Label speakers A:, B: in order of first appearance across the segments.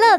A: 色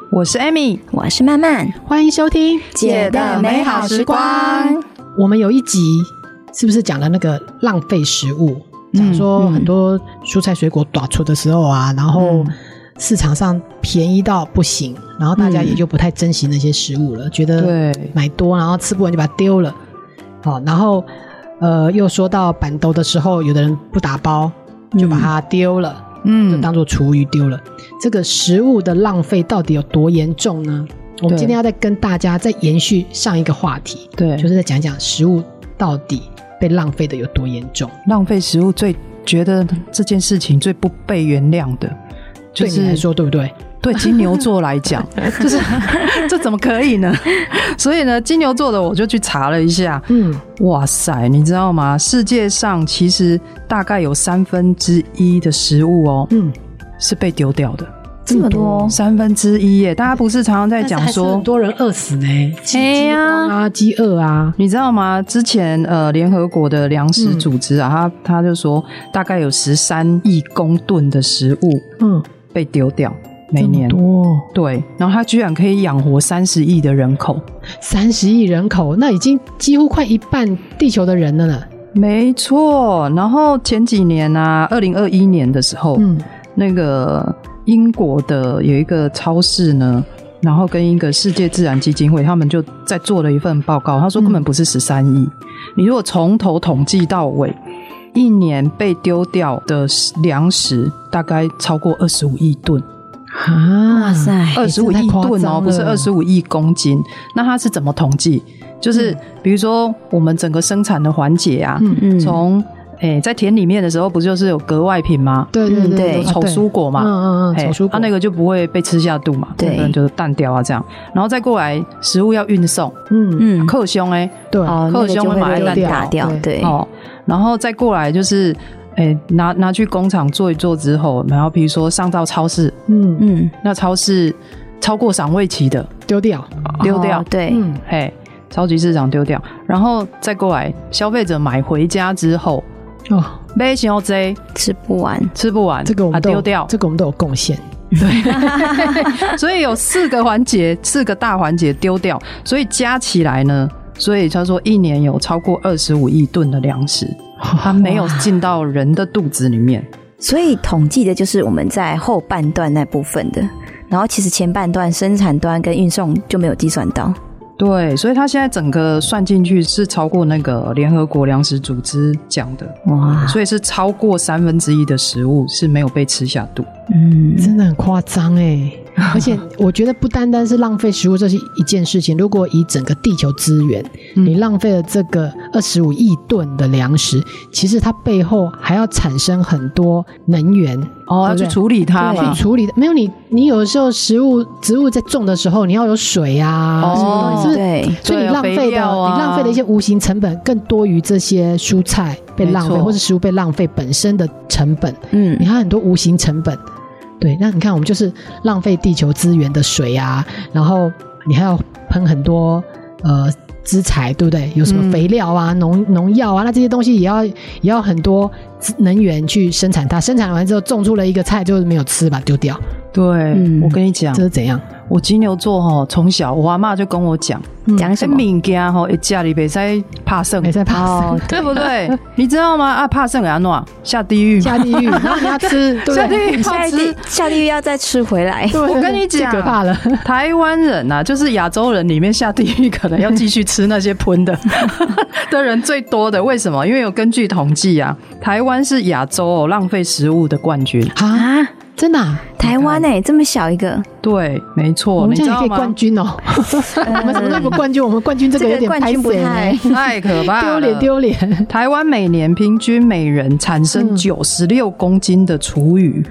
B: 我是 Amy，
A: 我是曼曼，
C: 欢迎收听。
B: 姐的美好时光。
C: 我们有一集是不是讲了那个浪费食物？
B: 嗯
C: 讲说很多蔬菜水果短出的时候啊，然后
B: 嗯
C: 市场上便宜到不行，然后大家
B: 嗯
C: 也就不太珍惜那些食物了，觉得
B: 对，
C: 买多然后吃不完就把它丢了。好，然后呃又说到板豆的时候，有的人不打包就把它丢了。就
B: 嗯，
C: 当做厨余丢了。这个食物的浪费到底有多严重呢？我们
B: 对
C: 今天要再跟大家再延续上一个话题，
B: 对，
C: 就是在讲讲食物到底被浪费的有多严重。
B: 浪费食物最觉得这件事情最不被原谅的，就
C: 对你来
B: 是
C: 说，对不对？
B: 对金牛座 来讲，就是这怎么可以呢？所以呢，金牛座的我就去查了一下，
C: 嗯，
B: 哇塞，你知道吗？世界上其实大概有三分之一的食物哦，
C: 嗯，
B: 是被丢掉的，
A: 这么多
B: 三分之一耶！大家不是常常在
C: 但是
B: 讲
C: 还是
B: 说
C: 很多人饿死呢，饥
B: 哎呀
C: 饥荒啊，饥饿啊，
B: 你知道吗？之前呃，联合国的粮食
C: 嗯
B: 组织啊，他他就说大概有十三亿公吨的食物
C: 嗯，
B: 被丢掉每年
C: 这。么多
B: 对，然后他居然可以养活三十亿的人口，
C: 三十亿人口，那已经几乎快一半地球的人了呢。
B: 没错。然后前几年啊，二零二一年的时候，
C: 嗯，
B: 那个英国的有一个超市呢，然后跟一个世界自然基金会，他们就在做了一份报告，他说根本不是十三亿，你如果从头统计到尾，一年被丢掉的粮食大概超过二十五亿吨，
C: 啊，
A: 哇塞
B: 二十五
C: 这太
B: 亿
C: 夸
B: 吨哦，
C: 张
B: 不是
C: 了
B: 二十五亿公斤。那它是怎么统计？就是比如说我们整个生产的环节啊，
C: 嗯
A: 嗯
B: 从诶、在田里面的时候，不就是有格外品吗？
C: 对对
A: 嗯对
C: 哎啊对，
B: 丑蔬果嘛，
C: 嗯嗯嗯，
B: 哎
C: 丑蔬果，
B: 它那个就不会被吃下肚嘛，
A: 对
B: 可能就是淡掉啊这样，然后再过来食物要运送，
C: 嗯，
A: 嗯，
B: 克胸哎，
C: 对，
A: 哦，那
B: 克
A: 个就
B: 胸
A: 会
B: 会把它
A: 被
B: 烂
A: 打掉
C: 掉，
A: 对，
B: 哦，然后再过来就是。哎，拿拿去工厂做一做之后，然后比如说上到超市，
C: 嗯，
A: 嗯，
B: 那超市超过赏味期的
C: 丢掉，
B: 丢掉
A: 哦，对，
C: 嗯，
B: 哎，超级市场丢掉，然后再过来消费者买回家之后，
C: 哦，
B: 买小 J
A: 吃不完，
B: 吃不完，
C: 这个我
B: 啊
C: 们都有
B: 丢掉，
C: 这个我们都有贡献。
B: 所以有四个环节，四个大环节丢掉，所以加起来呢，所以他说一年有超过二十五亿吨的粮食，它没有进到人的肚子里面。
A: 所以统计的就是我们在后半段那部分的，然后其实前半段生产端跟运送就没有计算到，
B: 对，所以它现在整个算进去是超过那个联合国粮食组织讲的，
A: 哇，
B: 所以是超过三分之一的食物是没有被吃下肚。
A: 嗯，
C: 真的很夸张哎！ 而且我觉得不单单是浪费食物，这是一件事情。如果以整个地球资源，
B: 嗯
C: 你浪费了这个二十五亿吨的粮食，其实它背后还要产生很多能源
B: 哦，要
C: 对不对啊
B: 去处理它
A: 对
B: 嘛
C: 去。处理的。没有你，你有时候食物植物在种的时候，你要有水啊，
B: 哦
C: 什么东西，是不是？
A: 对，
C: 所以你
B: 对啊
C: 浪
B: 肥
C: 费的，
B: 料啊
C: 你浪费的一些无形成本更多于这些蔬菜被浪费，
B: 没错
C: 或是食物被浪费本身的成本。
A: 嗯
C: 你，看很多无形成本，对，那你看我们就是浪费地球资源的水啊，然后你还要喷很多呃资材，对不对？有什么
B: 嗯
C: 肥料啊、农农药啊，那这些东西也要也要很多资能源去生产它，生产完之后种出了一个菜就是没有吃，把它丢掉，
B: 对，
A: 嗯
B: 我跟你讲
C: 这，是怎样？
B: 我金牛座哈，从小我阿妈就跟我讲，
A: 讲什么？
B: 物件吼，一家里别再怕剩
C: 没。在怕死。
A: 哦，
B: 对不对？ 你知道吗？啊，怕剩给安诺下地狱 嘛，
C: 下地狱，然后你 要吃，对不
B: 下地
C: 对？
B: 狱
A: 下
B: 好
A: 地
B: 吃。
A: 下地狱要再吃回来，
C: 对
B: 我跟你讲
C: 太可怕了。
B: 台湾人呐、啊，就是亚洲人里面下地狱可能要继续吃那些喷 的的人最多的。为什么？因为有根据统计啊，台湾是亚洲、哦、浪费食物的冠军。
C: 啊，
A: 啊，
C: 真的、啊，
A: 台湾哎、这么小一个，
B: 对，没
C: 我
B: 错，
C: 们
B: 你
C: 这
B: 知
C: 样也可
B: 道
C: 以冠
B: 吗？
C: 军哦。 我们什么都不冠军，我们冠军这个有点
A: 冠
C: 拍
A: 军不
C: 谁
A: 太
C: 呢？
B: 太可怕
C: 丢
B: 了，
C: 脸丢脸。
B: 台湾每年平均每人产生
C: 嗯
B: 九十六公斤的厨余，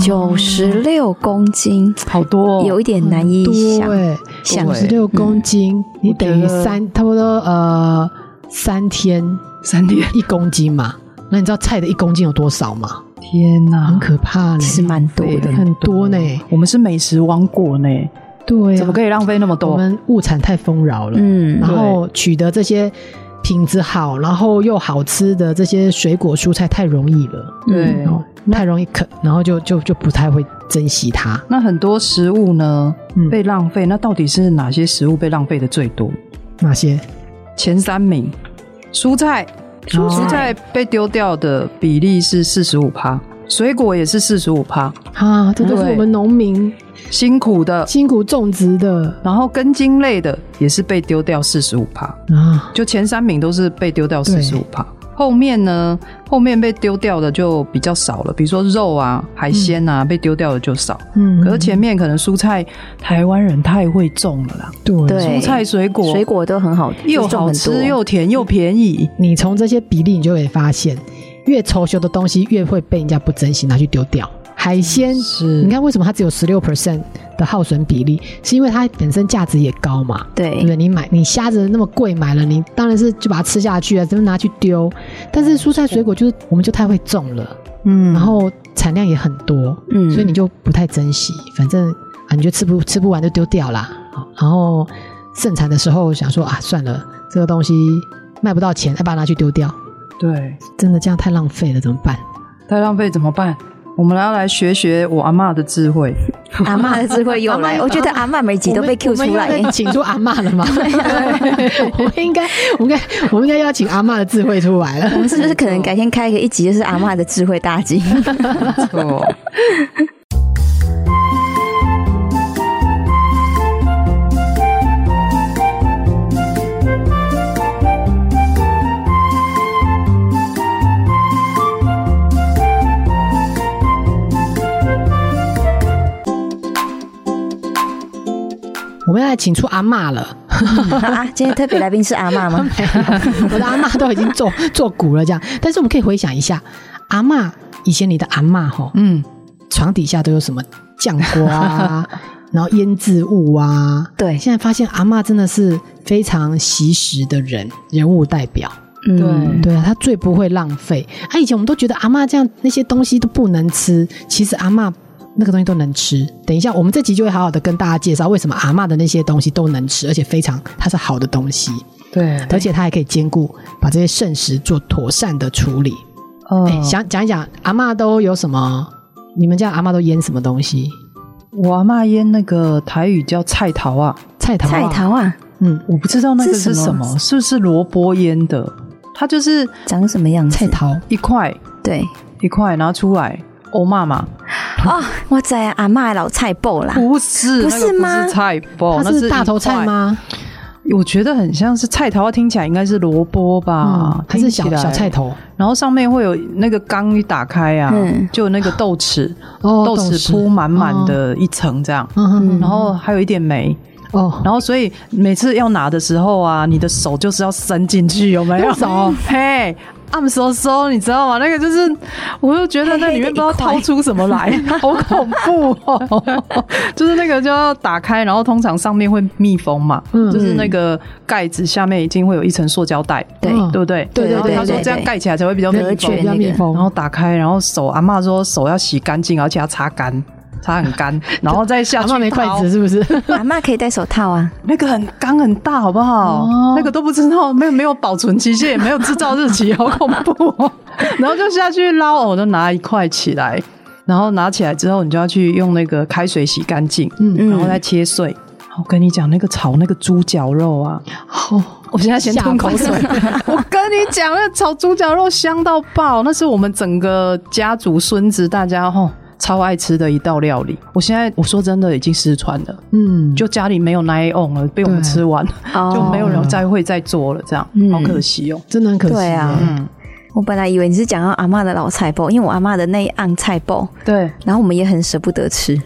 A: 九十六公斤，
B: 好多、哦。
A: 有一点难以想
C: 对，
A: 想
C: 五
B: 对
C: 十六公斤，你
B: 我觉
C: 等于
B: 得
C: 三差不多呃三天
B: 三天，
C: 一公斤嘛。那你知道菜的一公斤有多少吗？
B: 天哪
C: 很，可怕呢
A: 其，实蛮多
B: 对
A: 的。
C: 很多呢。
B: 我们是美食王国呢，
C: 对、
B: 哦
C: 啊
B: 怎么可以浪费那么
C: 我
B: 多？
C: 们物产太丰饶了，
A: 嗯
C: 然，后取得这些品质好，然后又好吃的这些水果蔬菜太容易了，
B: 对
C: 哦太容易啃，然后就就就不太会珍惜它。
B: 那很多食物呢
C: 嗯
B: 被浪费，那到底是哪些食物被浪费的最多？
C: 哪些？
B: 前三名，蔬菜，
C: 蔬菜
B: 菜被丢掉的比例是四十五趴，水果也是四十五趴，
C: 啊，这都是
B: 对
C: 我们农民
B: 辛苦的，
C: 辛苦种植的
B: 然后根茎类的也是被丢掉四十五趴，
C: 啊，
B: 就前三名都是被丢掉四十五趴。后面呢？后面被丢掉的就比较少了，比如说肉啊、海鲜啊，被丢掉的就少。
C: 嗯
B: 可是前面可能蔬菜，台湾人太会种了啦，
C: 对
A: 对
B: 蔬菜、水果、
A: 水果都很好，
B: 又
A: 就是种
B: 好
A: 很多
B: 吃又甜又便宜。
C: 你从这些比例，你就可以发现，越丑修的东西越会被人家不珍惜拿去丢掉。海鲜，
B: 是
C: 你看为什么它只有十六 percent 的耗损比例，是因为它本身价值也高嘛，对不
A: 对
C: 对？你买你虾子那么贵买了，你当然是就把它吃下去啊，怎么拿去丢？但是蔬菜水果就是我们就太会种了，
B: 嗯
C: 然后产量也很多，
A: 嗯
C: 所以你就不太珍惜，反正啊你就吃不吃不完就丢掉啦。好然后盛产的时候想说啊算了，这个东西卖不到钱，再把它拿去丢掉，
B: 对，
C: 真的这样太浪费了，怎么办？
B: 太浪费怎么办？我们要来学学我阿嬷的智慧。
A: 阿妈的智慧又
C: 阿
A: 来，
C: 嬷
A: 我觉得阿妈每集都被 Q 出来
C: 我们
A: 耶
C: 应该。请出阿嬷 了吗？我们应该，我们应该，我们应该邀请阿嬷的智慧出来
A: 我
C: 了。
A: 们是不是可能改天开一个一集，就是阿妈的智慧大集？
B: 错。
C: 我们要来请出阿嬷了。
A: 啊，今天特别来宾是阿妈吗？
C: 我的阿嬷都已经做做骨了，这样。但是我们可以回想一下，阿嬷以前你的阿嬷吼，
B: 嗯，
C: 床底下都有什么酱瓜、 啊，然后腌制物啊。
A: 对
C: 现在发现阿嬷真的是非常惜食的人人物代表。
A: 嗯，
C: 对啊，她最不会浪费。啊，以前我们都觉得阿嬷这样那些东西都不能吃，其实阿嬷那个东西都能吃。等一下，我们这集就会好好的跟大家介绍为什么阿嬷的那些东西都能吃，而且非常它是好的东西，
B: 对，
C: 而且它还可以兼顾把这些剩食做妥善的处理。哎、
B: 嗯，
C: 想讲一讲阿嬷都有什么？你们家阿嬷都腌什么东西？
B: 我阿嬷腌那个台语叫菜桃啊，
C: 菜桃、啊，
A: 菜，桃啊，
C: 嗯，
B: 我不知道那个
A: 是
B: 是
A: 什
B: 什
A: 么
B: 么，是不是萝卜腌的？它就是
A: 长什么样子？
C: 菜桃，
B: 一块
A: 对
B: 一块拿出来，欧妈妈
A: 哦，我在阿妈老菜脯啦，
B: 不是
A: 不
B: 那
A: 是
B: 个不
A: 吗
B: 是菜包，
C: 它
B: 哦那
C: 是
B: 一
C: 大头菜
B: 块？
C: 吗？
B: 我觉得很像是菜桃，听起来应该是萝卜吧
C: 嗯，，还是
B: 啊听起
C: 小
B: 来
C: 小菜？头？
B: 然后上面会有那个缸一打开啊
A: 嗯，
B: 就有那个豆豉，
C: 哦
B: 豆
C: 豆
B: 豉哦
C: 豉
B: 铺满满的一层这样，
C: 嗯哼，
B: 然后还有一点梅，
C: 哦，
B: 然后所以每次要拿的时候啊，你的手就是要伸进去，有没有？
C: 用手，
B: 嘿。暗飕飕，你知道吗？那个就是，我就觉得那里面不知道掏出什么来，好恐怖哦！ 就是那个就要打开，然后通常上面会密封嘛，
C: 嗯
B: 就是那个盖子下面一定会有一层塑胶袋，
A: 对
C: 嗯
B: 对不对？
C: 对对
B: 然后
C: 对
B: 他说
A: 对
B: 这样
A: 对
B: 盖起来才会比较密
A: 隔
B: 封
A: 绝
C: 比较
A: 那
C: 密
A: 个。
C: 封，
B: 然后打开，然后手阿嬷说手要洗干净，而且要擦干，擦很干，然后再下
C: 阿
B: 去
C: 嬷没筷
B: 掏
C: 子是不是？
A: 阿妈可以戴手套啊，
B: 那个很缸很大，好不好？
C: 哦
B: 那个都不知道，没有没有保存期限，也没有制造日期，好恐怖 哦！然后就下去捞，我就拿一块起来，然后拿起来之后，你就要去用那个开水洗干净，
A: 嗯
B: 然后再切碎。我跟你讲，那个炒那个猪脚肉啊，
C: 哦，
B: 我现在先
C: 吓
B: 吞口
C: 疯
B: 水。 我跟你讲，那炒猪脚肉香到爆，那是我们整个家族孙子大家吼、超爱吃的一道料理。我现在我说真的已经失传了。
C: 嗯，
B: 就家里没有 nine on 了，被我们
C: 对
B: 吃完，
A: 哦
B: 就没有人再会再做了，这样、
A: 嗯
B: 好可惜哦。
C: 真的很可惜。
A: 对啊
C: 嗯，
B: 嗯，
A: 我本来以为你是讲到阿妈的老菜脯，因为我阿妈的那一案菜脯，
B: 对，
A: 然后我们也很舍不得吃，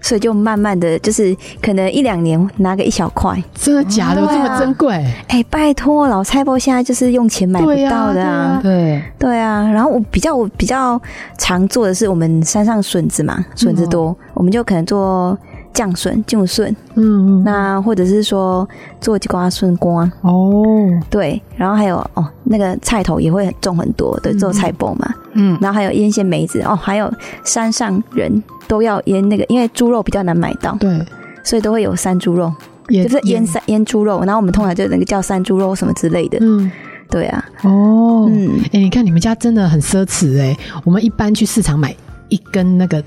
A: 所以就慢慢的就是可能一两年拿个一小块。
C: 真的假的？
A: 哦
C: 这么珍贵？
A: 哎、拜托，老菜脯现在就是用钱买不
C: 对啊
A: 到的啊。
B: 对，
A: 对啊，然后我比较我比较常做的是我们山上笋子嘛，笋子多，我们就可能做降笋、就笋，
C: 嗯嗯嗯，
A: 那或者是说做瓜笋瓜，
C: 哦，
A: 对，然后还有哦，那个菜头也会很重很多，对，做菜包嘛，
B: 嗯，
A: 然后还有腌鲜梅子哦，还有山上人都要腌那个，因为猪肉比较难买到，
C: 对，
A: 所以都会有山猪肉，
C: 也
A: 就是腌山腌猪肉，然后我们通常就那个叫山猪肉什么之类的，
C: 嗯，
A: 对啊，
C: 哦，嗯，
A: 嗯，
C: 哎、你看你们家真的很奢侈哎、我们一般去市场买一根那个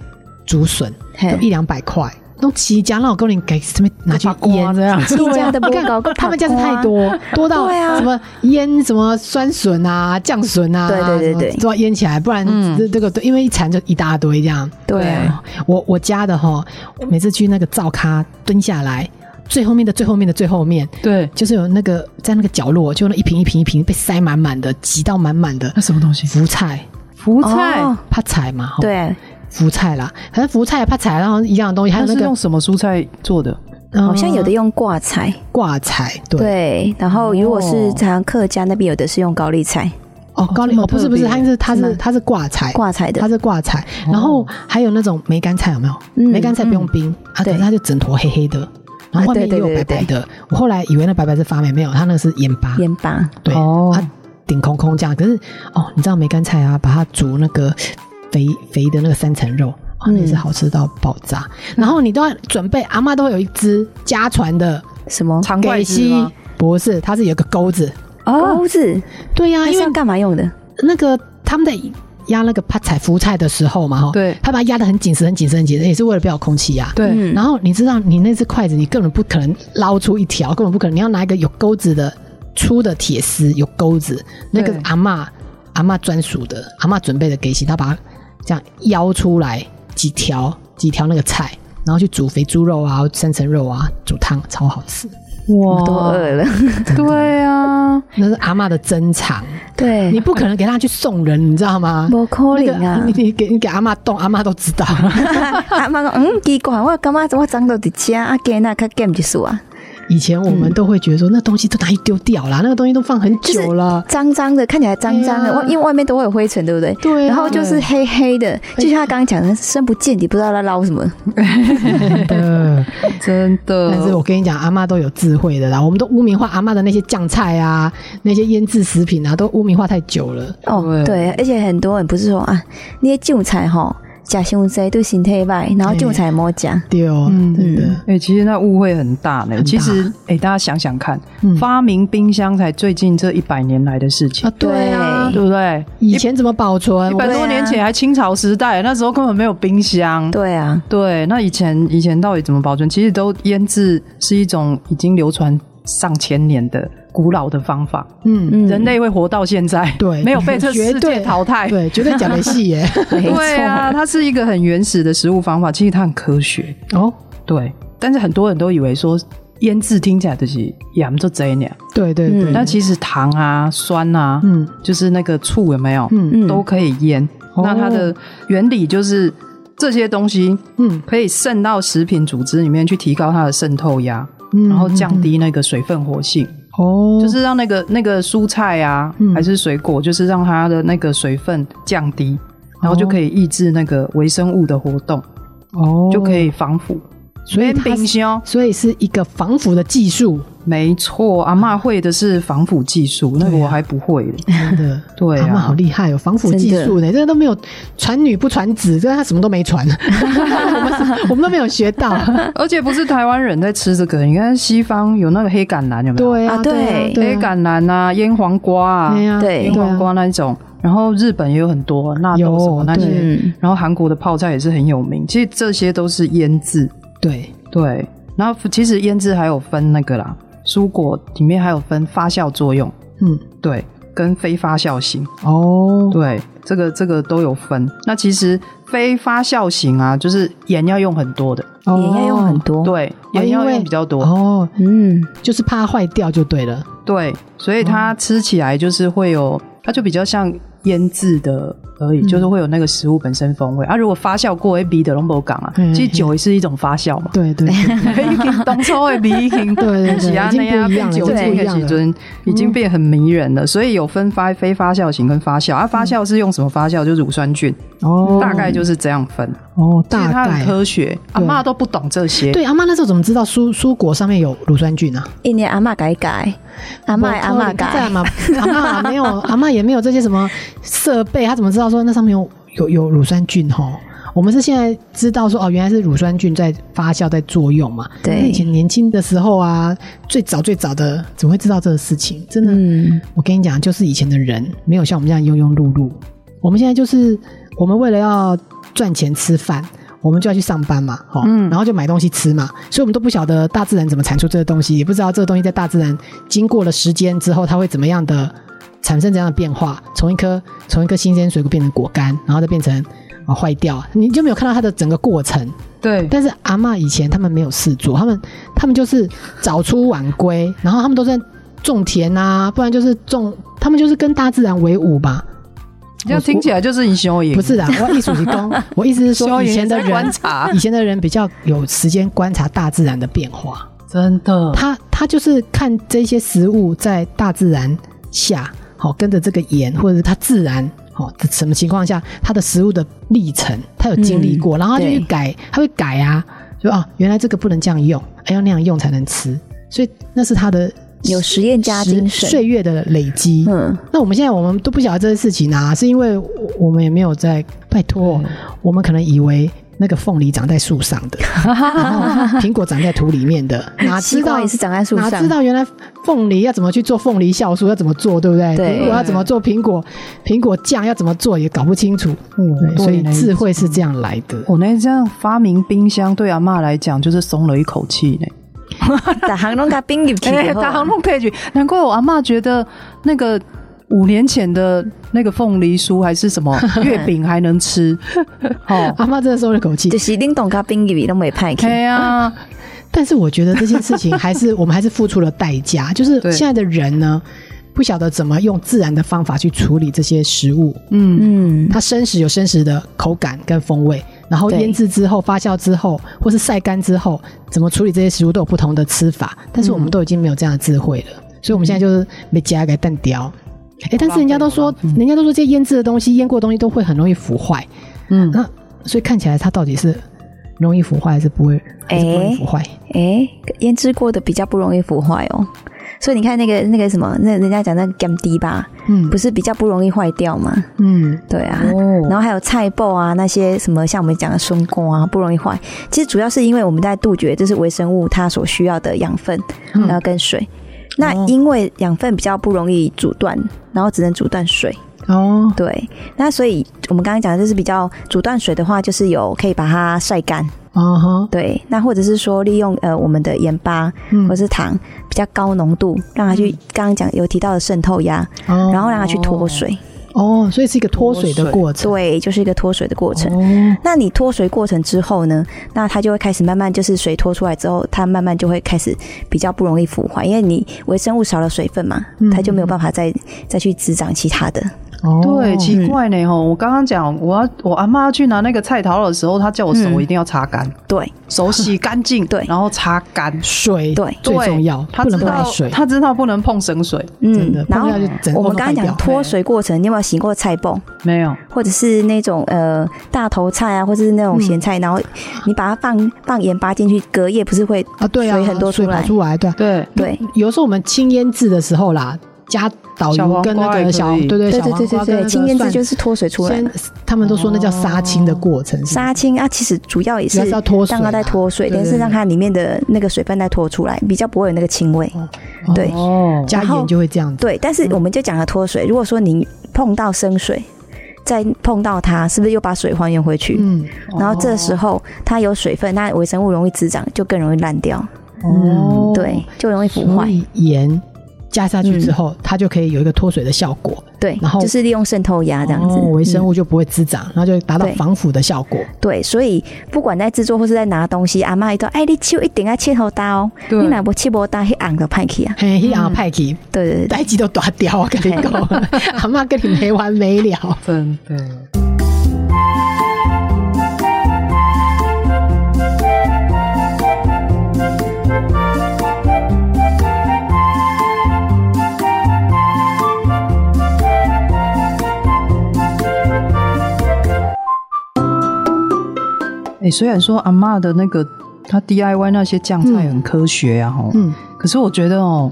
C: 竹笋都
A: 嘿，
C: 一两百块，弄起家让我跟你给这边拿去腌这样。
A: 自己家的不
C: 你看
A: 搞个
C: 他们家是
A: ผั瓜
C: 太多，多到
A: 对啊
C: 什么腌什么酸笋啊、酱笋啊，
A: 对对对对
C: 什么都要腌起来，不然
B: 嗯
C: 这这个都因为一缠就一大堆这样。
A: 对啊，
C: 我我家的哈，每次去那个灶咖蹲下来，最后面的最后面的最后面，
B: 对，
C: 就是有那个在那个角落，就那一瓶一瓶一瓶被塞满满的，挤到满满的
B: 那什么东西？
C: 福菜，
B: 福
A: 哦
C: 怕踩嘛，吼，
A: 对，
C: 福菜啦，反正福菜怕踩，然后一样的东西，还有
B: 它
C: 那
B: 是
C: 个
B: 用什么蔬菜做的？
C: 嗯
A: 好像有的用挂菜，
C: 挂彩，对，
A: 对，然后如果是常常客家那边有的是用高丽菜
C: 哦，高丽
B: 这么
C: 哦，不是不是，
B: 特别
C: 它是它
A: 是
C: 是
A: 吗
C: 它是挂彩，
A: 挂菜
C: 哦
A: 的哦
C: 它，是挂彩，然后还有那种梅干菜有没有？
A: 嗯
C: 梅干菜不用冰啊，可
A: 对
C: 是它就整坨黑黑的，然后
A: 啊
C: 外面也
A: 对
C: 有
A: 对
C: 白
A: 对对
C: 白的。我后来以为那白白是发霉，没有，它那个是盐巴，
A: 盐巴，
C: 对，
B: 哦
C: 它顶空空这样。可是哦，你知道梅干菜啊，把它煮那个肥肥的那个三层肉。啊，
A: 嗯
C: 那也是好吃到爆炸，然后你都要准备，阿妈都会有一只家传的
A: 什么
B: 长
C: 给
B: 筷子
C: 西
B: 吗？，
C: 不是，它是有个钩子，
B: 啊，
A: 钩子，
C: 对呀、
A: 那
C: 因
A: 是
C: 为
A: 要干嘛用的？
C: 那个他们在压那个帕彩福菜的时候嘛，哈，
B: 对
C: 他把它压得很紧实、很紧实、很紧实，也是为了不要有空气啊压。
B: 对，
A: 嗯
C: 然后你知道，你那只筷子，你根本不可能捞出一条，根本不可能。你要拿一个有钩子的粗的铁丝，有钩子，那个
B: 对
C: 阿嬷阿嬷专属的，阿嬷准备的给洗，她把它这样舀出来几条几条那个菜，然后去煮肥猪肉啊、三层肉啊，煮汤超好吃。
A: 我
C: 哦
A: 都饿 了，
B: 对啊，
C: 那是阿嬷的珍藏，
A: 对
C: 你，不可能给她去送人，你知道吗？
A: 不可能啊
C: 那个！你你给你给阿妈动，阿妈都知道。
A: 阿妈讲，嗯，奇怪，我感觉我长到伫家，啊，今那较减就是啊，
C: 以前我
A: 嗯
C: 们都会觉得说，那东西都拿去丢掉啦，那个东西都放很久了。
A: 脏脏的，看起来脏脏的，
C: 对啊
A: 外、因为外面都会有灰尘，对不对？
C: 对啊
A: 然后就是黑黑的，就像他刚刚讲的，深不见底，不知道在捞什么。
C: 嗯
B: 真的。
C: 但是我跟你讲，阿妈都有智慧的啦。我们都污名化阿妈的那些酱菜啊，那些腌制食品啊，都污名化太久了。
A: 哦，
B: 对
A: 对，而且很多人不是说啊，那些韭菜吼，食伤济对身体歹，然后韭菜莫食。
C: 对哦，
B: 嗯
C: 真的。
B: 哎、其实那误会很大呢。
C: 很大
B: 其实，哎、大家想想看，
C: 嗯
B: 发明冰箱才最近这一百年来的事情，
C: 啊，对啊
A: 对，
B: 对不对？
C: 以前怎么保存
B: 一？百
A: 对
B: 多
A: 啊
B: 年前还清朝时代，那时候根本没有冰箱。
A: 对啊，
B: 对，那以前以前到底怎么保存？其实都腌制是一种已经流传上千年的古老的方法。
C: 嗯，
A: 嗯，
B: 人类会活到现在，
C: 对
B: 没有被这
C: 绝
B: 世
C: 对
B: 界淘汰。
C: 对，绝对讲的细 耶。
A: 没错，
B: 对啊，它是一个很原始的食物方法，其实它很科学。
C: 哦，
B: 对，但是很多人都以为说腌制听起来就是盐就这样，
C: 对对对，
A: 嗯
B: 但其实糖啊、酸啊，
C: 嗯
B: 就是那个醋有没有，
C: 嗯
A: 嗯
B: 都可以腌。
C: 哦
B: 那它的原理就是这些东西
C: 嗯
B: 可以渗到食品组织里面去，提高它的渗透压，
C: 嗯，
B: 然后降低那个水分活性，
C: 哦，
B: 就是让那个那个蔬菜啊
C: 嗯，
B: 还是水果，就是让它的那个水分降低。然后就可以抑制那个微生物的活动，
C: 哦
B: 就可以防腐。
C: 所以
B: 腌
C: 它
B: 冰箱
C: 所以是一个防腐的技术，
B: 没错，阿嬷会的是防腐技术，
C: 啊
B: 那个我还不会 嘞。
C: 真的。
B: 对
C: 阿嬷好
B: 啊，
C: 厉害哦，防腐技术呢，这个都没有传女不传子，这个她什么都没 传，我们我们都没有学到。
B: 而且不是台湾人在吃这个，你看西方有那个黑橄榄有没有？
C: 对啊，
A: 啊
C: 对啊，
A: 对
C: 对
B: 黑
C: 啊，
B: 橄榄啊，腌黄瓜啊，
C: 对啊，
A: 对
B: 腌黄瓜那一种。然后日本也有很多纳豆什
C: 有
B: 么那
C: 对
B: 些，
A: 嗯，
B: 然后韩国的泡菜也是很有名。其实这些都是腌制，
C: 对，
B: 对。然后其实腌制还有分那个啦，蔬果里面还有分发酵作用，
C: 嗯，
B: 对，跟非发酵型。
C: 哦，
B: 对，这个这个都有分。那其实非发酵型啊，就是盐要用很多的，
C: 哦
A: 也要用很多。，
B: 对，
C: 哦
B: 盐
C: 因
B: 要
C: 为
B: 用比较多，
C: 哦，
A: 嗯，
C: 就是怕它坏掉就对了。嗯
B: 对，所以它吃起来就是会有，它就比较像腌制的而已，
C: 嗯
B: 就是会有那个食物本身风味啊。如果发酵过 A B 的龙博港啊
C: 嗯，
B: 其实酒也是一种发酵 嘛。哎
C: 对 对对
B: 已经当初的米已经
C: 对 对对
B: 是安尼
C: 已经不
B: 啊，
C: 一样
B: 变
C: 了
B: 酒
A: 已
B: 精
A: 经
C: 不一
B: 的
C: 样
B: 时
C: 了
B: 阵已经变很迷人了，所以有分发非发酵型跟发酵啊，发酵是用什么发酵？就乳酸菌，
C: 哦
B: 大概就是这样分。
C: 哦
B: 其实
C: 大
B: 它很
C: 概。
B: 科学，阿
C: 对
B: 妈都不懂这些。
C: 对，阿妈那时候怎么知道蔬蔬果上面有乳酸菌啊？
A: 一年阿嬷改改，阿嬷的阿嬷
C: 在
A: 改，
C: 嘛，阿妈没有，阿妈也没有这些什么设备，她怎么知道说那上面有有有乳酸菌哈？我们是现在知道说哦，原来是乳酸菌在发酵在作用嘛。
A: 对
C: 那以前年轻的时候啊，最早最早的怎么会知道这个事情？真的，
A: 嗯，
C: 我跟你讲，就是以前的人没有像我们这样庸庸碌碌，我们现在就是我们为了要赚钱吃饭。我们就要去上班嘛，哦，
A: 嗯
C: 然后就买东西吃嘛，所以我们都不晓得大自然怎么产出这个东西，也不知道这个东西在大自然经过了时间之后，它会怎么样的产生怎样的变化，从一颗从一颗新鲜水果变成果干，然后再变成啊坏掉，你就没有看到它的整个过程。
B: 对
C: 但是阿嬷以前他们没有事做，他们他们就是早出晚归，然后他们都在种田啊，不然就是种，他们就是跟大自然为伍吧。
B: 这样听起来就是你修影，
C: 不 是啦，啊我艺术提供，我意思是说
B: 修
C: 以
B: 影
C: 前的
B: 在观
C: 人，
B: 察
C: 以，前的人比较有时间观察大自然的变化，
B: 真
A: 嗯
B: 的
C: 他他就是看这些食物在大自然下，好、跟着这个盐或者是它自然。哦，什么情况下它的食物的历程，它有经历过，然后他就去
A: 嗯对
C: 改，他会改啊，就啊，原来这个不能这样用，还要那样用才能吃，所以那是他的
A: 有实验家
C: 时
A: 精神
C: 岁月的累积。
A: 嗯，
C: 那我们现在我们都不晓得这些事情啊，是因为我我们也没有在拜托，我们可能以为那个凤梨长在树上的，然后苹果长在土里面 的，哪知
A: 西
C: 道
A: 瓜也是长在树
C: 哪
A: 上
C: 知，道原来凤梨要怎么去做凤梨酵素，要怎么做，对不对？
A: 对
C: 苹果要怎么做苹果苹果酱要怎么做也搞不清楚，
A: 嗯
C: 对，所以
B: 呢
C: 智慧是这样来的。
B: 我那这样发明冰箱对阿妈来讲就是松了一口气 呢。
A: 大行拢甲冰入去
B: 哎，
C: 啊
A: 就
B: 大
A: 好
B: 航，弄配角，难怪我阿嬷觉得那个五年前的那个凤梨酥还是什么月饼还 能吃，哦，
C: 阿妈真的松了口气
A: 就，是恁冻甲冰入去拢袂歹去
B: 对，呀，
C: 但是我觉得这件事情还是我们还是付出了代价，就是
B: 对
C: 现在的人呢，不晓得怎么用自然的方法去处理这些食物，
B: 嗯，
A: 嗯，
C: 它生食有生食的口感跟风味，然后
A: 对
C: 腌制之后、发酵之后，或是晒干之后，怎么处理这些食物都有不同的吃法，但是我们都已经没有这样的智慧了，所以我们现在就是被加个蛋雕。哎，但是人家都说，人家都说这些腌制的东西、腌过的东西都会很容易腐坏，
B: 嗯
C: 那所以看起来它到底是容易腐坏还是不会，还是不会
A: 诶
C: 腐坏？
A: 诶，腌制过的比较不容易腐坏哦。所以你看那个那个什么，那人家讲那个干滴吧，
C: 嗯
A: 不是比较不容易坏掉吗？
C: 嗯，
A: 对啊，
B: 哦
A: 然后还有菜爆啊，那些什么像我们讲的松果啊，不容易坏。其实主要是因为我们在杜绝这是微生物它所需要的养分，
C: 嗯
A: 然后跟水。那
C: 哦
A: 因为养分比较不容易阻断，然后只能阻断水。
C: 哦，
A: 对，那所以我们刚刚讲的就是比较阻断水的话，就是有可以把它晒干。
C: 哦哈，
A: 对，那或者是说利用呃我们的盐巴
C: 嗯
A: 或是糖比较高浓度，让它去刚刚讲有提到的渗透压，
C: 哦
A: 然后让它去脱水。
C: 哦，所以是一个脱水的过程。
A: 对，就是一个脱水的过程。
C: 哦，
A: 那你脱水过程之后呢，那它就会开始慢慢就是水脱出来之后，它慢慢就会开始比较不容易腐坏，因为你微生物少了水分嘛，
C: 嗯
A: 它就没有办法再再去滋长其他的。
C: 哦
B: 对，奇怪呢吼，我刚刚讲我要我阿妈去拿那个菜桃的时候，她叫我手
A: 嗯
B: 一定要擦干，
A: 对
B: 手洗 干净，
A: 对
B: 然后擦干，
C: 水
A: 对
C: 最重要，
B: 她
C: 不
B: 知
C: 能碰到
B: 道
C: 水。
B: 她知道不能碰生水，
C: 真的
A: 嗯，
C: 碰
A: 然后
C: 到就整个
A: 我们
C: 都
A: 刚
C: 坏
A: 刚
C: 掉
A: 讲脱水过程，你有没有洗过菜泵，
B: 没有，
A: 或者是那种呃大头菜啊，或者是
C: 嗯
A: 那种咸菜，然后你把它放放盐巴进去，隔夜不是会
C: 啊，对啊，
A: 水很多
C: 水
A: 出
C: 跑
A: 来？
C: 出来，对啊。
B: 对，
A: 对
C: 有时候我们清腌制的时候啦，加导
B: 小
C: 游
B: 黄
C: 跟那
B: 瓜也
C: 个
B: 可
C: 小
B: 以
C: 对对
A: 对
C: 小
A: 对
C: 黄
A: 对
C: 瓜
A: 对
C: 跟那
A: 对，
C: 个
A: 清腌制
C: 蒜
A: 就是脱水出来
C: 先。他们都说那叫杀青的过程，是吗
A: 杀青啊，其实主要也
C: 主要
A: 是
C: 是要脱水啊
A: 让它在脱水，
C: 对
A: 但是
C: 对
A: 让它里面的那个水分再脱出来，比较不会有那个腥味。对
B: 哦，
C: 加
A: 然后
C: 盐就会这样子。
A: 对，但是我们就讲了脱水，如果说你碰到生水，再碰到它，是不是又把水还原回去？
C: 嗯，
A: 然后这时候它有水分，那微生物容易滋长，就更容易烂掉，
B: 哦，
A: 对，就容易腐
C: 嗯所
A: 坏。嗯
C: 以盐加下去之后，它就可以有一个脱水的效果。
A: 对，
C: 然后
A: 就是利用渗透啊压这样子嗯
C: 哦，微生物就不会滋长，然后就会达到
A: 对
C: 防腐的效果。
A: 嗯对，所以不管在制作或是在拿东西，阿妈一到，哎，你手一定要切头刀哦，
B: 对
A: 你哪不切波刀，黑昂的派去啊，
C: 嘿，一样派去，
A: 对对对，
C: 代机都断掉，我跟你 讲，阿妈跟你没完没了。
B: 真的。哎、虽然说阿嬷的那个她 DIY 那些酱菜很科学啊，吼、
C: 嗯，
B: 可是我觉得哦，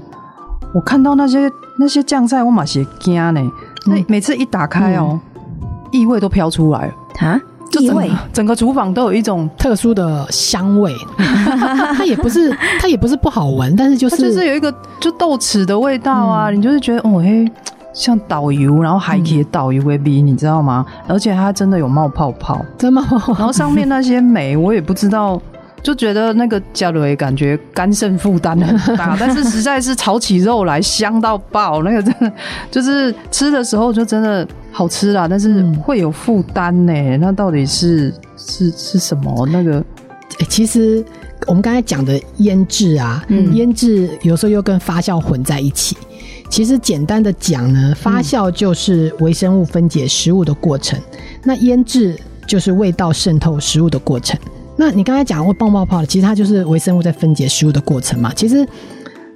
B: 我看到那些那些酱菜，我马是惊呢。那每次一打开哦，异味都飘出来了，
A: 啊，
B: 就
A: 异
B: 整
A: 味
B: 个整个厨房都有一种，
C: 特殊的香味， 它也不是它也不是不好闻，但是就
B: 它
C: 是
B: 就是有一个就豆豉的味道啊，你就是觉得哦嘿，像导游，然后海体的导游味逼，你知道吗？而且它真的有冒泡泡，
C: 真的
B: 然
C: 吗？
B: 后上面那些酶我也不知道。就觉得那个加蕊感觉肝肾负担 很嗯大，但是实在是炒起肉来香到爆，那个真的就是吃的时候就真的好吃啦，但是
C: 嗯
B: 会有负担呢。那到底是是是什么？那个
C: 欸其实我们刚才讲的腌制啊，
A: 嗯
C: 腌制有时候又跟发酵混在一起。其实简单的讲呢，
B: 嗯
C: 发酵就是微生物分解食物的过程，那腌制就是味道渗透食物的过程。那你刚才讲过棒泡泡的，其实它就是微生物在分解食物的过程嘛。其实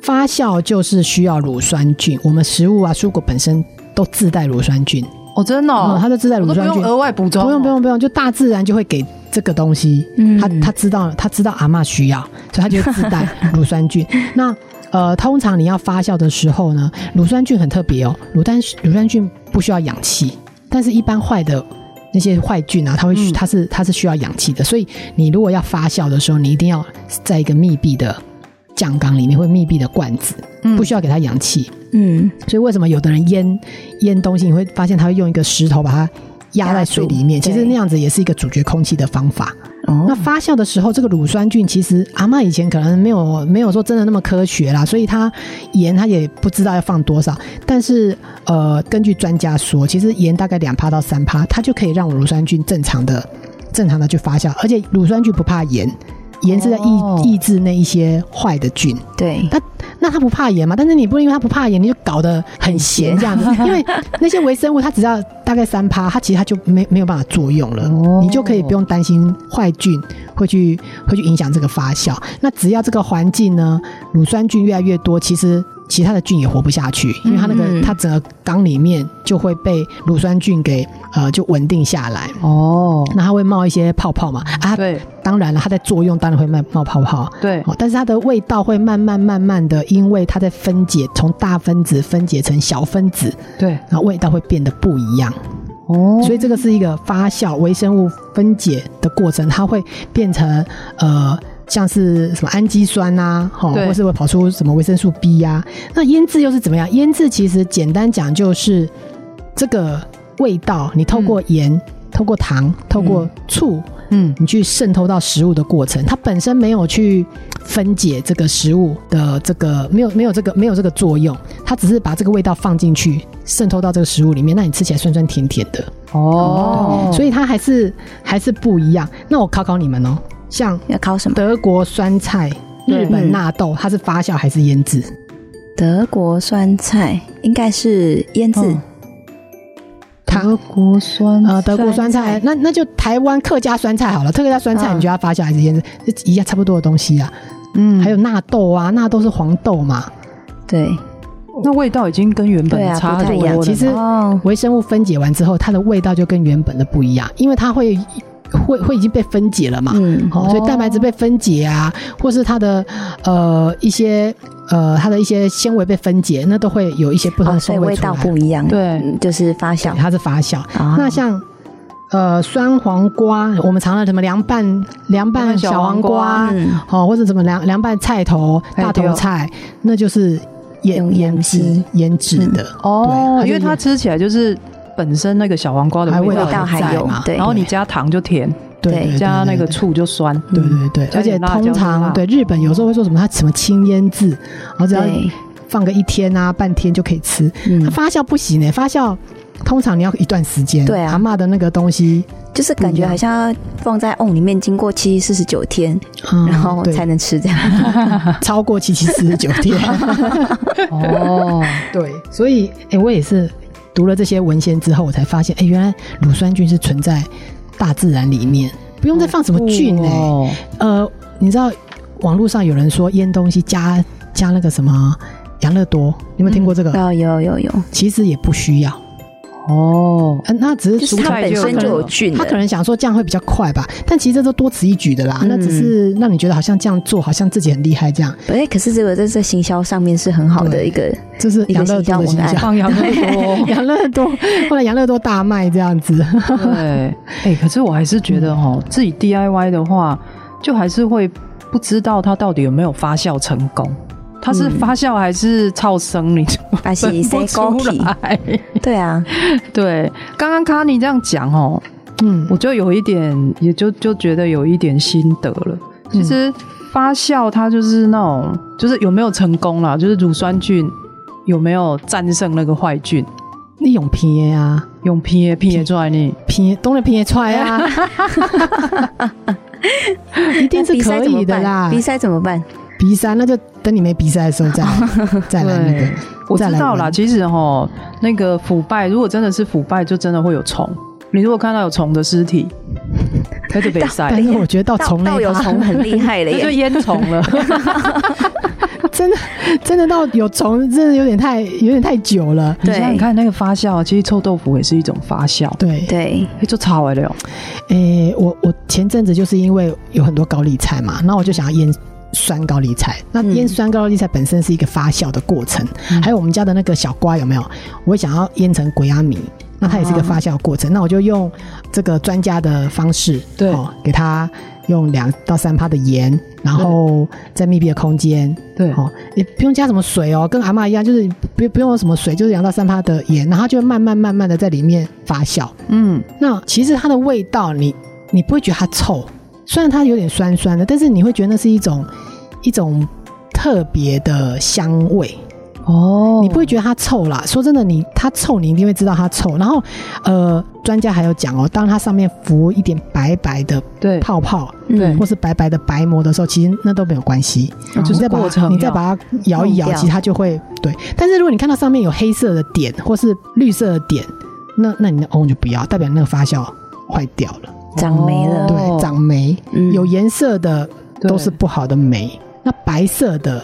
C: 发酵就是需要乳酸菌，我们食物啊、蔬果本身都自带乳酸菌，
B: 哦，真的、哦
C: 嗯，它就自带
B: 我
C: 乳
B: 都不
C: 酸
B: 用
C: 菌，
B: 额外补充哦，
C: 不用不用不用，就大自然就会给这个东西，
A: 嗯
C: 他他知道他知道阿嬷需要，所以他就自带乳酸菌。那呃，通常你要发酵的时候呢，乳酸菌很特别哦，乳酸乳酸菌不需要氧气，但是一般坏的。那些坏菌啊，它会需
B: 嗯
C: 它是它是需要氧气的，所以你如果要发酵的时候，你一定要在一个密闭的酱缸里面，会密闭的罐子，
B: 嗯
C: 不需要给它氧气。
A: 嗯，
C: 所以为什么有的人腌腌东西，你会发现他会用一个石头把它压在水里面，
A: 压住
C: 其实那样子也是一个阻绝空气的方法。那
A: 哦，
C: 发酵的时候，这个乳酸菌其实阿嬷以前可能没有没有说真的那么科学啦，所以她盐她也不知道要放多少。但是呃，根据专家说，其实盐大概两趴到三趴，它就可以让乳酸菌正常的正常的去发酵，而且乳酸菌不怕盐，盐是在抑、
B: 哦
C: 抑制那一些坏的菌。
A: 对，
C: 那那它不怕盐嘛？但是你不能因为它不怕盐，你就搞得很咸这样 子。因为那些微生物，它只要大概三趴，它其实它就没没有办法作用了，
B: 哦
C: 你就可以不用担心坏菌会去会去影响这个发酵。那只要这个环境呢，乳酸菌越来越多，其实。其他的菌也活不下去，因为它那个、
A: 嗯
C: 它整个缸里面就会被乳酸菌给呃就稳定下来，
B: 哦，
C: 那它会冒一些泡泡嘛啊，
B: 对
C: 当然了，它在作用当然会冒冒泡泡，
B: 对
C: 哦，但是它的味道会慢慢慢慢的，因为它在分解，从大分子分解成小分子，
B: 对
C: 然后味道会变得不一样。
B: 哦，
C: 所以这个是一个发酵微生物分解的过程，它会变成呃。像是什么氨基酸呐、啊，哦，
B: 对
C: 或是会跑出什么维生素 B 呀、那腌制又是怎么样？腌制其实简单讲就是这个味道，你透过盐、透过糖、透过醋，
B: 嗯
C: 你去渗透到食物的过程，它本身没有去分解这个食物的这个没有没有这个没有这个作用，它只是把这个味道放进去，渗透到这个食物里面，那你吃起来酸酸甜甜的，
B: 哦，
C: 所
B: 以
C: 以它还是还是不一样。那我考考你们哦，像
A: 要烤什么？
C: 德国酸菜、
B: 对
C: 日
B: 嗯
C: 本纳豆，它是发酵还是腌制？
A: 德国酸菜应该是腌制，
B: 嗯
C: 它
B: 德国酸
C: 呃，德国酸
A: 酸菜
C: 菜，那那就台湾客家酸菜好了。客家酸菜，
A: 嗯
C: 你觉得它发酵还是腌制？就一样差不多的东西啊。
B: 嗯
C: 还有纳豆啊，纳豆是黄豆嘛，
A: 对，
B: 那味道已经跟原本
A: 对啊
B: 差
A: 不
B: 很
A: 太一
B: 多
A: 样
B: 了。
C: 其实
A: 哦，
C: 微生物分解完之后，它的味道就跟原本的不一样，因为它会会会已经被分解了嘛。
A: 嗯，
C: 哦，所以蛋白质被分解啊，或是它的呃一些呃它的一些纤维被分解，那都会有一些不同
A: 哦，
C: 的
A: 所
C: 风
A: 以味
C: 味出来。
A: 道不一样，
B: 对
A: 嗯，就是发酵
C: 对，它是发酵。
A: 啊
C: 那像呃酸黄瓜，我们常常什么凉拌凉
B: 凉
C: 拌
B: 拌小
C: 小黄
B: 黄瓜
C: 瓜，
A: 嗯
C: 哦，或者什么凉凉拌菜头、
B: 哎
C: 大
B: 对
C: 头
B: 哦
C: 菜，那就是
A: 用
C: 腌
A: 腌
C: 腌制
A: 制
C: 腌制的。
B: 哦，
C: 对
B: 因为它吃起来就是本身那个小黄瓜的
C: 还
A: 味
B: 道
A: 道
C: 也
A: 还
C: 在
A: 有
C: 嘛，
A: 对
B: 然后你加糖就甜，
C: 对
A: 对
C: 对对
B: 加那
C: 对
B: 个醋就酸。
C: 对对对，
B: 加
C: 而且
B: 点辣椒
C: 通
B: 就辣
C: 常对日本有时候会说什么，它什么清腌制，然后只要
A: 对，
C: 放个一天啊、半天就可以吃。
A: 嗯
C: 它发酵不行呢、欸发酵通常你要一段时间。
A: 对啊
C: 阿嬷的那个东西，
A: 就是感觉好像要放在瓮里面经过七四十九天，
C: 嗯
A: 然后
C: 对
A: 才能吃这样。
C: 超过七七四十九天。
B: 哦，
C: 对，所以哎、诶我也是读了这些文献之后，我才发现，哎、原来乳酸菌是存在大自然里面，不用再放什么菌哎、
B: 哦
C: 呃，你知道网络上有人说腌东西加加那个什么养乐多，你有没有听过这个？
A: 有哦有有有，
C: 其实也不需要，
B: 哦，
C: 呃、那只
A: 就是是
C: 蔬
A: 它
C: 菜。
A: 本身就有菌
C: 他可
A: 的，
C: 能想说这样会比较快吧，但其实这都多此一举的啦。
A: 嗯
C: 那只是让你觉得好像这样做，好像自己很厉害这样。
A: 哎，可是这个在这行销上面是很好的
C: 对
A: 一 个，
C: 这是
A: 一
C: 养
A: 个
C: 乐
A: 形
C: 多的
A: 象文
C: 形
A: 案
C: 象，
B: 放养乐多，
C: 养乐多后来养乐多大卖这样子。
B: 对，哎、可是我还是觉得哦，自己 DIY 的话，就还是会不知道它到底有没有发酵成功。它是发酵还是超生，你就
A: 还是
B: 分 不
A: 生
B: 出
A: 果皮
B: 来。
A: 对啊，
B: 对，刚刚卡尼这样讲哦，
C: 嗯
B: 我就有一点，也就就觉得有一点心得了。其实发酵它就是那种，就是有没有成功啦，就是乳酸菌有没有战胜那个坏菌，
C: 你用片的啊，
B: 用 P A P A 出来呢？
C: 片当然片的出来啊， 一定是
A: 比赛
C: 可
A: 怎么
C: 以的啦
A: 办？。比赛怎么办？
C: 鼻塞，那就等你没鼻塞的时候 再来再来那
B: 对
C: 个。，
B: 嗯我知
C: 再来
B: 道啦。
C: 闻
B: 其实哈，那个腐败，如果真的是腐败，就真的会有虫。你如果看到有虫的尸体， 那就别晒，
C: 但是我觉得到
A: 到
C: 哦虫
A: 到
C: 类
A: 有虫很厉害了
B: 那就
A: 耶，
B: 烟虫 了。
C: 真的 真的到有虫，真的有点太有点太久了。
B: 你想想
A: 对
B: 看那个发酵啊，其实臭豆腐也是一种发酵，
C: 对，
A: 对，
B: 哎就炒完了哟。
C: 诶、我我前阵子就是因为有很多高丽菜嘛，那我就想要腌酸高丽菜。那
B: 嗯
C: 腌酸高丽菜本身是一个发酵的过程，还有我们家的那个小瓜有没有？我也想要腌成鬼压米，那它也是一
B: 啊
C: 个发酵的过程。那我就用这个专家的方式，哦
B: 对
C: 给它用两到三帕的盐，然后在密闭的空间，
B: 对
C: 哦，也不用加什么水哦，跟阿嬷一样，就是不不用有什么水，就是两到三帕的盐，然后它就会慢慢慢慢的在里面发酵。
B: 嗯，
C: 那其实它的味道你，你不会觉得它臭，虽然它有点酸酸的，但是你会觉得那是一种一种特别的香味，
B: 哦
C: 你不会觉得它臭啦。说真的，你它臭，你一定会知道它臭。然后，呃，专家还有讲哦，当它上面浮一点白白的
B: 对，
C: 泡泡，
B: 对
C: 或是白白的白膜的时候，其实那都没有关系。
B: 哦就
C: 你
B: 是
C: 再把
B: 过
C: 它
B: 程
C: 你再把它摇一摇，
A: 弄掉
C: 其实它就会对。但是如果你看到上面有黑色的点或是绿色的点，那那你的欧就不要，代表那个发酵坏掉了，
A: 长霉
B: 哦
A: 了
C: 对，长霉。
A: 嗯
C: 有颜色的
B: 对
C: 都是不好的霉，那白色的，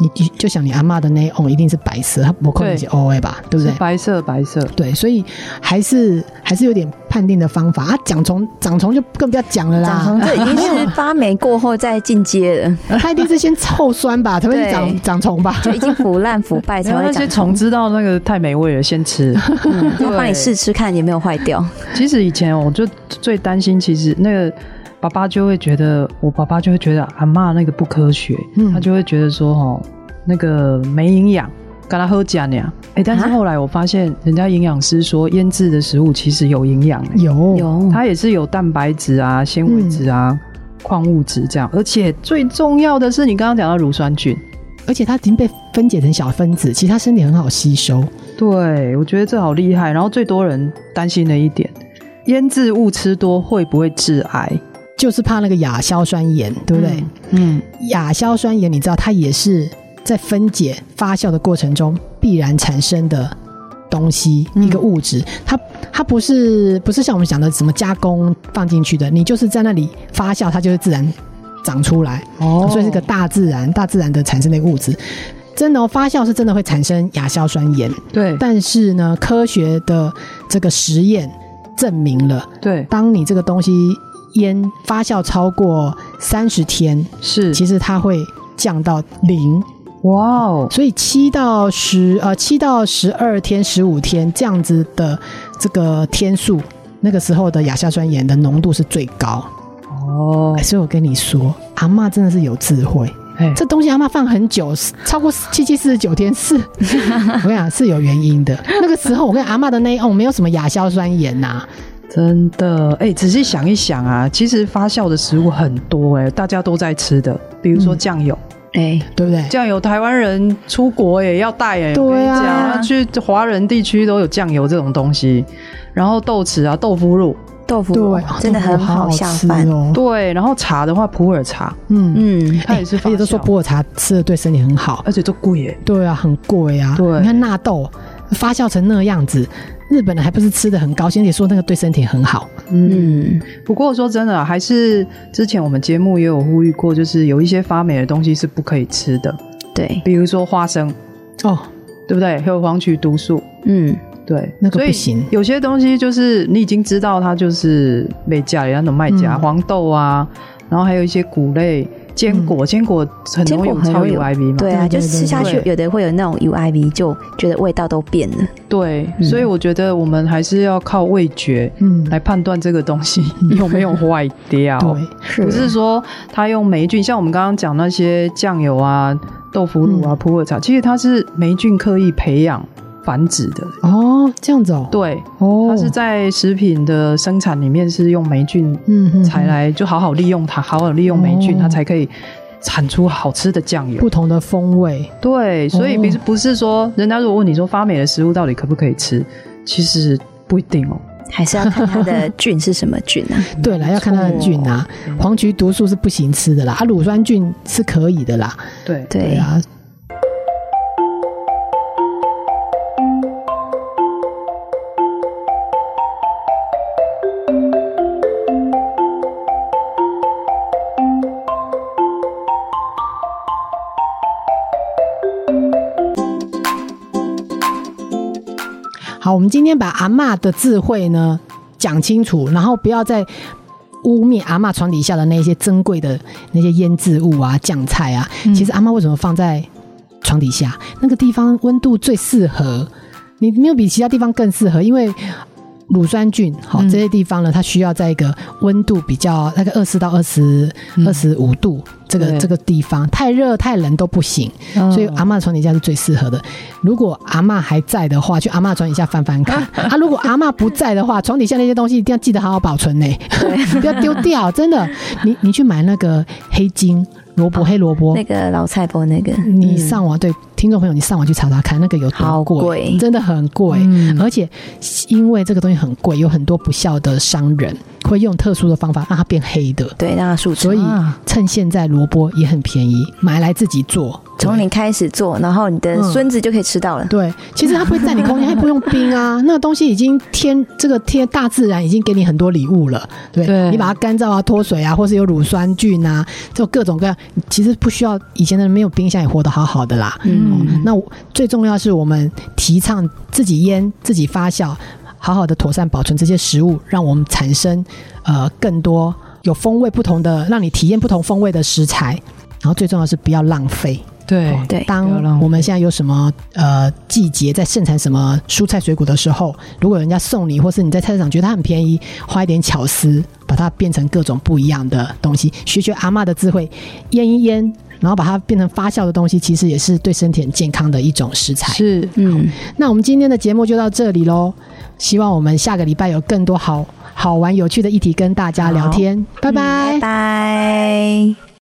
C: 你你就想你阿嬷的那欧一定是白色，它不可能是 O A 吧，对不
B: 是
C: 对？
B: 白色白色，
C: 对，所以还是还是有点判定的方法啊。长虫长虫就更不要讲了啦，
A: 长虫这已经是发霉过后再进阶 了，
C: 它一定是先臭酸吧，才会去
A: 对
C: 长长虫吧？
A: 就已经腐烂腐败才
B: 然后
A: 会
B: 那些
A: 长
B: 虫知道那个太美味了，先吃。
A: 嗯要帮
B: 对
A: 你试吃看有没有坏掉。
B: 其实以前我就最担心，其实那个爸爸就会觉得，我爸爸就会觉得阿嬷那个不科学，
C: 嗯
B: 他就会觉得说哦，那个没营养，跟他喝假呢。哎，但是
A: 啊
B: 后来我发现，人家营养师说腌制的食物其实有营养、欸，
C: 有
A: 有
B: 它也是有蛋白质啊、纤维质啊、矿物质这样，而且最重要的是，你刚刚讲到乳酸菌。
C: 而且它已经被分解成小分子，其实它身体很好吸收。
B: 对，我觉得这好厉害。然后最多人担心的一点，腌制物吃多会不会致癌？
C: 就是怕那个亚硝酸盐，对不对？
B: 嗯，
C: 亚硝酸盐你知道它也是在分解发酵的过程中必然产生的东西，
B: 嗯
C: 一个物质。它它不是不是像我们讲的什么加工放进去的，你就是在那里发酵，它就会自然长出来。
B: 哦
C: 所以是个大自然大自然的产生的一个物质。真的、哦、发酵是真的会产生亚硝酸盐，
B: 对
C: 但是呢，科学的这个实验证明了，
B: 对
C: 当你这个东西腌发酵超过三十天，
B: 是，
C: 其实它会降到零。
B: 哇哦，
C: 所以七到十呃七到十二天、十五天这样子的这个天数，那个时候的亚硝酸盐的浓度是最高。
B: 哦
C: 哎，所以我跟你说，阿嬷真的是有智慧。
B: 哎，
C: 这东西阿妈放很久，超过七七四十九天是，我跟你讲是有原因的。那个时候我跟阿妈的那一哦瓮没有什么亚硝酸盐呐、
B: 真的哎，仔细
C: 嗯
B: 想一想啊，其实发酵的食物很多哎，大家都在吃的，比如说酱油，
A: 对，
C: 对不对？
B: 酱油台湾人出国也要带哎、欸，
C: 对啊
B: 我跟你讲去华人地区都有酱油这种东西，然后豆豉啊、豆腐乳，
A: 豆腐
C: 对
A: 乳，
C: 啊
A: 真的很好下饭。
C: 豆腐好好吃哦。
B: 对，然后茶的话普洱茶，
C: 嗯，
A: 嗯，
B: 它也是
C: 而
B: 发
C: 且都说
B: 酵
C: 普洱茶吃的对身体很好。
B: 而且都贵耶、
C: 对啊，很贵啊。
B: 对
C: 你看纳豆发酵成那样子，日本人还不是吃的很高兴，而且说那个对身体很好。
A: 嗯，
B: 不过说真的啊，还是之前我们节目也有呼吁过，就是有一些发霉的东西是不可以吃的，
A: 对，
B: 比如说花生，
C: 哦，
B: 对不对？还有黄曲毒素，
A: 嗯，
B: 对，
C: 那个
B: 所以
C: 不行
B: 有些东西就是你已经知道它就是美甲，人家能卖甲、
C: 嗯
B: 黄豆啊，然后还有一些谷类、坚
C: 嗯
B: 果，坚果很
A: 坚
B: 容易
A: 果
B: 有
A: 很
B: 超
A: 有
B: UIV 嘛，
A: 对啊，
C: 对
A: 就
C: 对
A: 吃
C: 对
A: 下去
B: 对
A: 有的会有那种 UIV，就觉得味道都变了。
B: 对所以我觉得我们还是要靠味觉
C: 嗯，
B: 来判断这个东西有没有坏 掉。
C: 对，
A: 是
B: 不是说它用霉菌，像我们刚刚讲那些酱油啊、豆腐乳
C: 嗯
B: 啊、普洱茶，其实它是霉菌刻意培养繁殖的。
C: 哦，这样子哦，
B: 对，
C: 哦，
B: 它是在食品的生产里面是用霉菌
C: 嗯嗯
B: 才来，就好好利用它，好好利用霉菌，
C: 哦
B: 它才可以产出好吃的酱油
C: 不。同的风味，
B: 对，所以
C: 哦
B: 不是不是说，人家如果问你说发霉的食物到底可不可以吃，其实不一定哦。
A: 还是要看它的菌是什么菌啊？
C: 对啦，要看它的菌啊，
B: 嗯
C: 黄曲毒素是不行吃的啦，啊，乳酸菌是可以的啦，
B: 对，
C: 对
A: 对，
C: 啊，好，我们今天把阿嬷的智慧呢讲清楚，然后不要再污蔑阿嬷床底下的那些珍贵的那些腌制物啊、酱菜啊。
B: 嗯
C: 其实阿嬷为什么放在床底下那个地方温度最适合？你没有比其他地方更适合，因为。乳酸菌，好、
B: 嗯
C: 这些地方呢，它需要在一个温度比较大概二十到二十二十五度这个
B: 对
C: 这个地方，太热太冷都不行。
B: 嗯
C: 所以阿嬷床底下是最适合的。如果阿嬷还在的话，去阿嬷床底下翻翻 看啊。如果阿嬷不在的话，床底下那些东西一定要记得好好保存呢、 不要丢掉。真的，你你去买那个黑金萝卜，黑萝卜
A: 那。个老菜包那个
C: 你上网对听众朋友，你上网去查查看，那个有多
A: 好贵嗯
C: 真的很贵。
B: 嗯
C: 而且因为这个东西很贵，有很多不孝的商人会用特殊的方法让它变黑的，
A: 对，让它树脂
C: 所以
B: 啊
C: 趁现在萝卜也很便宜，买来自己做。
A: 从你开始做，然后你的
C: 嗯
A: 孙子就可以吃到了。
C: 对，其实它不会占你空间，它也不用冰啊。那个东西已经天这个天大自然已经给你很多礼物了，对
B: 对
C: 你把它干燥啊、脱水啊，或是有乳酸菌啊，就各种各样，其实不需要以前的人没有冰箱也活得好好的啦。
A: 嗯，
C: 哦那我最重要是我们提倡自己腌、自己发酵，好好的妥善保存这些食物，让我们产生呃更多有风味不同的，让你体验不同风味的食材。然后最重要是不要浪费。
B: 对
A: 对
B: 不要
C: 当
B: 浪费
C: 我们现在有什么呃季节在盛产什么蔬菜水果的时候，如果人家送你，或是你在菜市场觉得它很便宜，花一点巧思把它变成各种不一样的东西，学学阿嬷的智慧，腌一腌，然后把它变成发酵的东西，其实也是对身体很健康的一种食材。
B: 是
A: 嗯，
C: 那我们今天的节目就到这里喽，希望我们下个礼拜有更多好好玩有趣的议题跟大家聊天，拜
A: 拜拜。